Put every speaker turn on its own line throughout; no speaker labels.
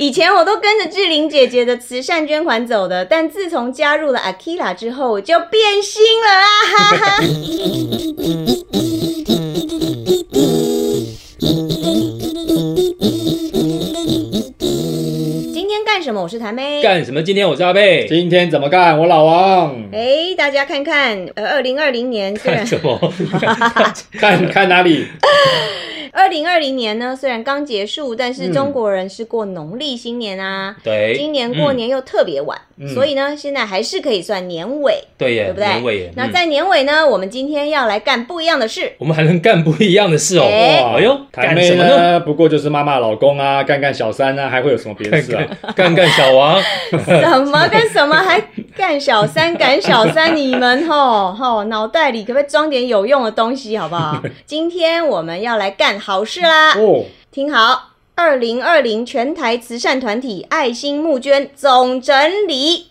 以前我都跟着志玲姐姐的慈善捐款走的，但自从加入了 Akira 之后，我就变心了啊！哈哈。今天干什么？我是谭妹。
干什么？今天我是 阿贝。
今天怎么干？我老王，
哎，大家看看，呃，二零二零年虽然
干什么？
看看哪里？
二零二零年呢，虽然刚结束，但是中国人是过农历新年啊。
对，
今年过年又特别晚，
嗯
所以呢，现在还是可以算年尾。
嗯对耶，
对不对
年尾耶。
那
嗯
在年尾呢，我们今天要来干不一样的 事。
我们还能干不一样的事哦。
哎
哇哎呦，
台
干
妹
什么呢？
呢？不过就是骂骂老公啊，干干小三啊，还会有什么别的事啊？
干干 小王，
什么跟什么还干小三，赶小三，你们吼吼脑袋里可不可以装点有用的东西，好不好？今天我们要来干好事啦！
哦，
听好，二零二零全台慈善团体爱心募捐总整理。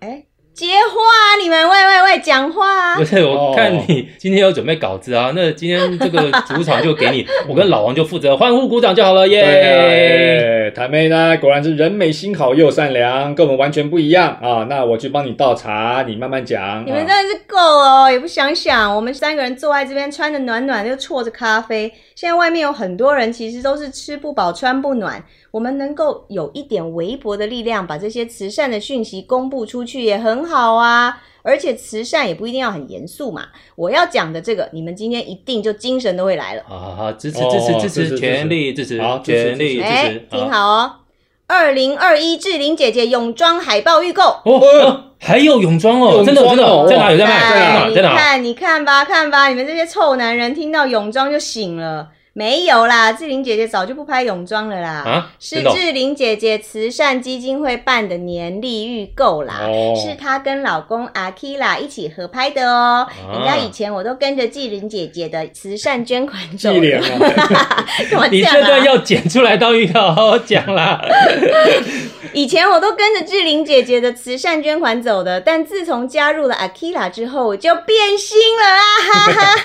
哎，接话啊，你们喂喂喂，讲话啊
不！是我
哦
看你今天有准备稿子啊，那今天这个主场就 给你，我跟老王就负责欢呼鼓掌就好了耶。
对啊，台妹呢，果然是人美心好又善良，跟我们完全不一样啊。那我去帮你倒茶，你慢慢讲。
你们
啊
真的是够了哦，也不想想，我们三个人坐在这边，穿的暖暖，又啜着咖啡。现在外面有很多人，其实都是吃不饱、穿不暖。我们能够有一点微薄的力量，把这些慈善的讯息公布出去，也很好啊。而且慈善也不一定要很严肃嘛。我要讲的这个，你们今天一定就精神都会来了。
好好，支持
哦
支持
支
支持，
持支持
全力支持
好，支持
全力
支
支
持
哎
持，。
听好哦。二零二一志玲姐姐泳装海报预购，
哦 哦，还有泳装哦，
泳装
真的真的，
哦
在哪有在卖？在
哎
哪
你
在哪？
看，你看吧，看吧，你们这些臭男人听到泳装就醒了。没有啦，志玲姐姐早就不拍泳装了啦，
啊，
是
真的哦
志玲姐姐慈善基金会办的年历预购啦，
哦
是她跟老公阿 Kila 一起合拍的哦。
啊
人家以前我都跟着志玲姐姐的慈善捐款 走
记
的，
脸啊，
干嘛这
你
样
这段
啊？
要剪出来当预告，好好讲啦。
以前我都跟着志玲姐姐的慈善捐款走的，但自从加入了 Akira 之后，我就变心了啊！哈哈。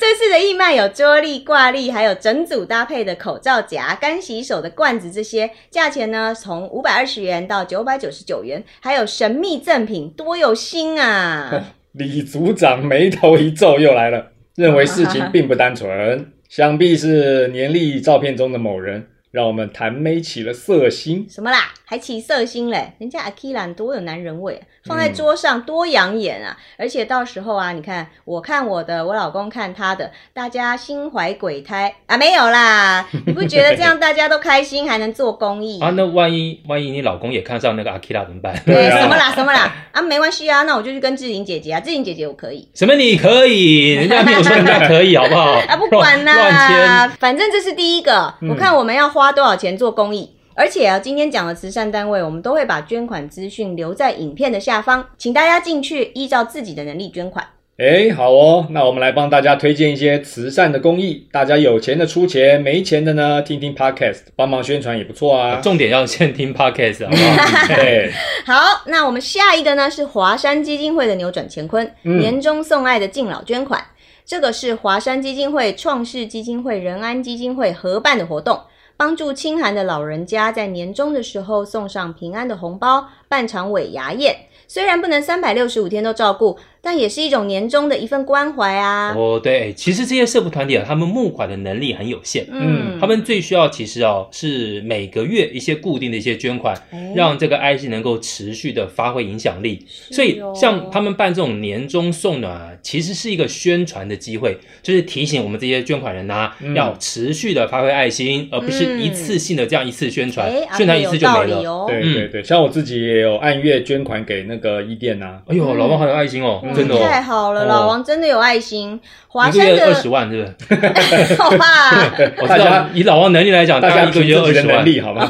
这次的义卖有桌立、挂历，还有整组搭配的口罩夹、干洗手的罐子，这些价钱呢，从五百二十元到九百九十九元，还有神秘赠品，多有心啊！
李组长眉头一皱，又来了，认为事情并不单纯，想必是年历照片中的某人，让我们谭妹起了色心。
什么啦，还起色心嘞？人家 Akira 多有男人味啊、放在桌上多养眼啊！而且到时候啊，你看我看我的，我老公看他的，大家心怀鬼胎啊，没有啦！你不觉得这样大家都开心，还能做公益？
啊，那万一万一你老公也看上那个阿 k i r a 怎么办？
对，
对啊
什么啦，什么啦，啊，没关系啊，那我就去跟志玲姐姐啊，志玲姐姐我可以
什么你可以，人家没有说人家可以，好不好？
啊，不管
乱乱
啦
签，
反正这是第一个，
嗯
我看我们要花多少钱做公益。而且啊，今天讲的慈善单位，我们都会把捐款资讯留在影片的下方，请大家进去依照自己的能力捐款。
哎，好哦，那我们来帮大家推荐一些慈善的公益，大家有钱的出钱，没钱的呢听听 podcast，帮忙宣传也不错啊。嗯
重点要先听 podcast 好不好？
对，
好，那我们下一个呢是华山基金会的扭转乾坤，
嗯
年终送爱的敬老捐款，这个是华山基金会、创世基金会、仁安基金会合办的活动。帮助清寒的老人家在年终的时候送上平安的红包，办场尾牙宴。虽然不能三百六十五天都照顾，但也是一种年终的一份关怀啊。
哦，对，其实这些社福团体啊，他们募款的能力很有限，
嗯，
他们最需要其实哦是每个月一些固定的一些捐款，
哎
让这个爱心能够持续的发挥影响力。
是
所以
哦
像他们办这种年终送暖啊，其实是一个宣传的机会，就是提醒我们这些捐款人呐、
嗯
要持续的发挥爱心，而不是一次性的这样一次宣传，
哎，阿
宣传
佩
一
有
次就
道
没
理
了。
哦。
对
嗯
对对，像我自己也有按月捐款给那个伊甸啊呐、
哎呦，
嗯
老王好有爱心哦，
哇
真的
太
哦，
好了，
哦
老王真的有爱心。华
一个
山
月
的
二十万，是不是？
好吧，
哦我
大
知道
家
以老王能力来讲，
大
概
家
一个
凭
月
自
二
己的
十
能
万。
力好吗？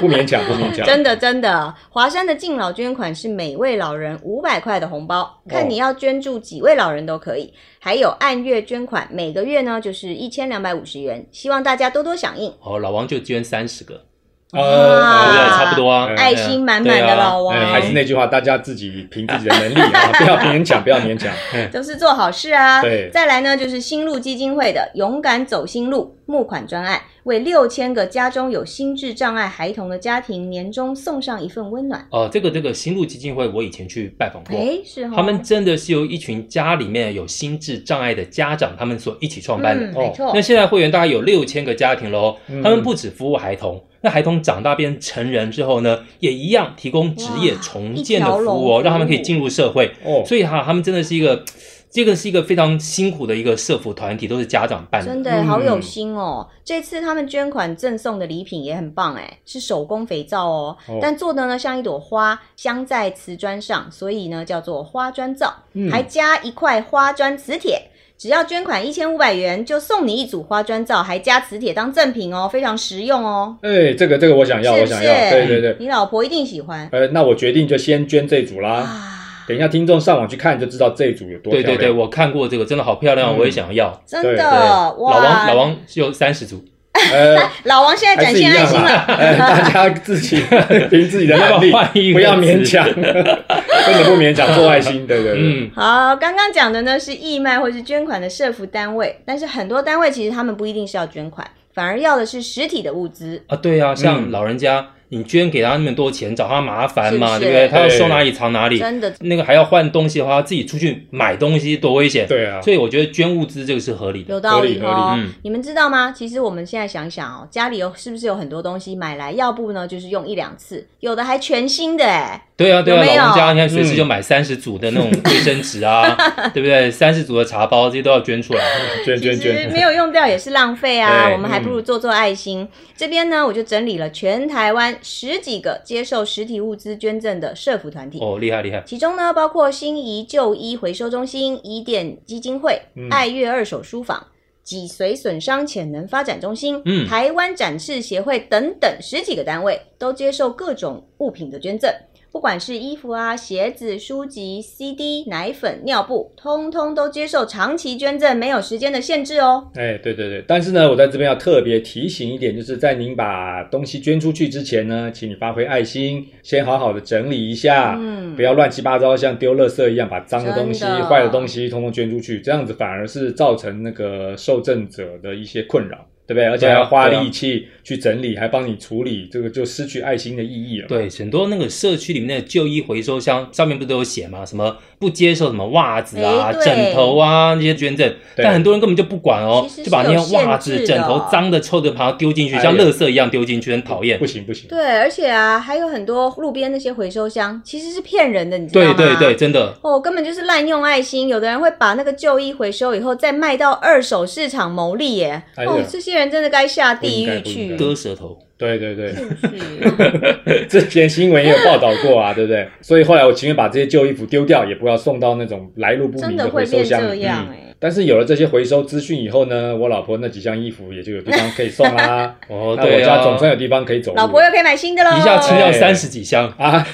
不勉强，不勉强。
真的真的，华山的敬老捐款是每位老人五百块的红
哦
包，看你要捐助几位老人都可以。还有按月捐款，每个月呢就是一千两百五十元，希望大家多多响应。
哦，老王就捐三十个，对
啊
不对？
呃，
差不多啊，
嗯
爱心满满的老王
哎还是那句话，大家自己凭自己的 能力啊，不要勉强，不要勉强。
都是做好事啊
对。
再来呢，就是新路基金会的勇敢走新路。募款专案，为六千个家中有心智障碍孩童的家庭年终送上一份温暖。
哦，这个这个新路基金会，我以前去拜访过，
哎，是哈，
他们真的是由一群家里面有心智障碍的家长，他们所一起创办的。
嗯、
哦
没错
那，现在会员大概有六千个家庭喽，
嗯
他们不止服务孩童，那孩童长大变成人之后呢，也一样提供职业
哇
重建的服务哦
一条龙服务，
让他们可以进入社会。
哦，
所以哈、他们真的是一个，这个是一个非常辛苦的一个社服团体，都是家长办的。
真的
嗯
好有心哦！这次他们捐款赠送的礼品也很棒哎，是手工肥皂哦，
哦
但做的呢像一朵花，镶在瓷砖上，所以呢叫做花砖皂，
嗯
还加一块花砖磁铁。只要捐款一千五百元，就送你一组花砖皂，还加磁铁当赠品哦，非常实用哦。
哎，这个这个我想要，
是
我
不是
想要，对对对，
你老婆一定喜欢
呃，那我决定就先捐这组啦。
啊！
等一下听众上网去看就知道这组有多漂
对对
亮。
对，我看过这个，真的好漂亮，
嗯
我也想要。
真的
对
对，老
哇！
王老王只有三十组，
呃，
老王现在
还
展
是一
现爱
样
心了，
啦，呃，大家自己凭自己 的能力，
换一个
不要
词
勉强，真的不勉强，做爱心，对对对，
嗯，
好，刚刚讲的呢是义卖或是捐款的社服单位，但是很多单位其实他们不一定是要捐款，反而要的是实体的物资。
啊，对啊，像
嗯
老人家，你捐给他那么多钱，找他麻烦嘛，
是
对不对？
是
他要收哪里藏哪里，
真的，
那个还要换东西的话，自己出去买东西多危险。
对啊，
所以我觉得捐物资这个是合理的。
有道
合理
理
合
哦
理。
嗯
你们知道吗？其实我们现在想想哦，家里有是不是有很多东西买来，要不呢就是用一两次，有的还全新的哎。
对啊，对
有
啊，
没有嗯
老人家你看随时就买三十组的那种卫生纸 啊，对不对？三十组的茶包这些都要捐出来。
捐
其
捐
实
捐，嗯
没有用掉也是浪费啊，
对
我们还不如做做爱心。这边呢，我就整理了全台湾十几个接受实体物资捐赠的社服团体。
哦，厉害厉害。
其中呢，包括心仪就医回收中心、疑点基金会、
嗯
爱乐二手书房、脊髓损伤潜能发展中心、
嗯
台湾展示协会等等十几个单位，都接受各种物品的捐赠，不管是衣服啊、鞋子、书籍、CD、奶粉、尿布，通通都接受长期捐赠，没有时间的限制哦。
哎，对对对，但是呢，我在这边要特别提醒一点，就是在您把东西捐出去之前呢，请你发挥爱心，先好好的整理一
啊
下，
嗯
不要乱七八糟，像丢垃圾一样，把脏的东西、
真的
坏的东西通通捐出去，这样子反而是造成那个受赠者的一些困扰，对不对？而且还要花
对啊
力气去整理，还帮你处理，这个就失去爱心的意义了。
对，很多那个社区里面的旧衣回收箱上面不都有写吗？什么不接受什么袜子啊、
哎对
枕头啊那些捐赠，
对
但很多人根本就不管哦
其实，是
就把那
有
些袜
限
子、
制的
枕头脏的、臭的，把它丢进去，
哎呀
像垃圾一样丢进去，很讨厌
嗯
不。行不行，
对，而且啊，还有很多路边那些回收箱其实是骗人的，你知道
对
吗？
对对，真的，
哦，根本就是滥用爱心。有的人会把那个旧衣回收以后再卖到二手市场牟利耶。
哎呀
哦，这些人真的该下地狱
不应
去
该。
割舌头。
对对对。
是 不是？
之前新闻也有报道过啊，对不对？所以后来我情愿把这些旧衣服丢掉，也不要送到那种来路不
真
明
的
回
会
收
变
箱
这
里。
样
嗯
哎、
但是有了这些回收资讯以后呢，我老婆那几箱衣服也就有地方可以送 啦、
哦，
那我
对
家总算
啊，
有地方可以走路。
老婆又可以买新的喽。
一下清掉
哎
三十几箱，
啊，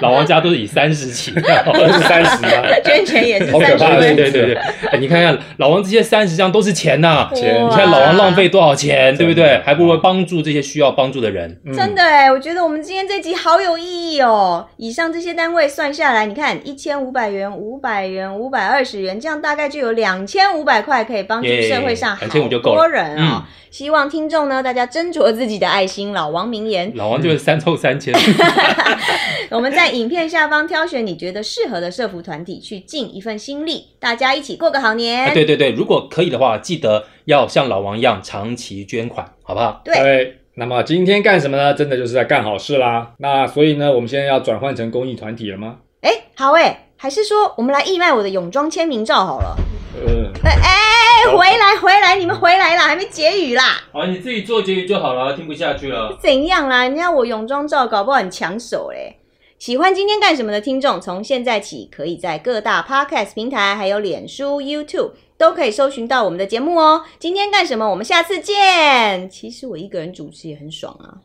老王家都是以三十起 跳。
二十三十啊，
捐钱也是
好
三
可
十
怕
对
万。
对对对，哎，你看看老王这些三十箱都是钱呐、
钱
哇
你看老王浪费多少钱，对不
真
对
的？
还不如帮助这些需要帮助的人。
嗯
真的哎、我觉得我们今天这集好有意义哦。以上这些单位算下来，你看一千五百元、五百元、五百二十元，这样大概就有两千五百块可以帮助
耶
社会上好
2500就够哎了嗯
多人哦。希望听众呢，大家斟酌自己的爱心。老王名言，
老王就是三凑三千，
我们在影片下方挑选你觉得适合的社服团体，去尽一份心力，大家一起过个好年。
哎，对对对，如果可以的话，记得要像老王一样长期捐款，好不好？
对
对。哎那么今天干什么呢？真的就是在干好事啦。那所以呢，我们现在要转换成公益团体了吗？
哎、好哎、还是说我们来义卖我的泳装签名照好了？
呃，
哎、哎，回来回来，你们回来啦，还没结语啦？
好，你自己做结语就好了，听不下去了。
怎样啦？人家我泳装照搞不好很抢手嘞。喜欢今天干什么的听众，从现在起可以在各大 podcast 平台，还有脸书、YouTube 都可以搜寻到我们的节目哦。今天干什么？我们下次见。其实我一个人主持也很爽啊。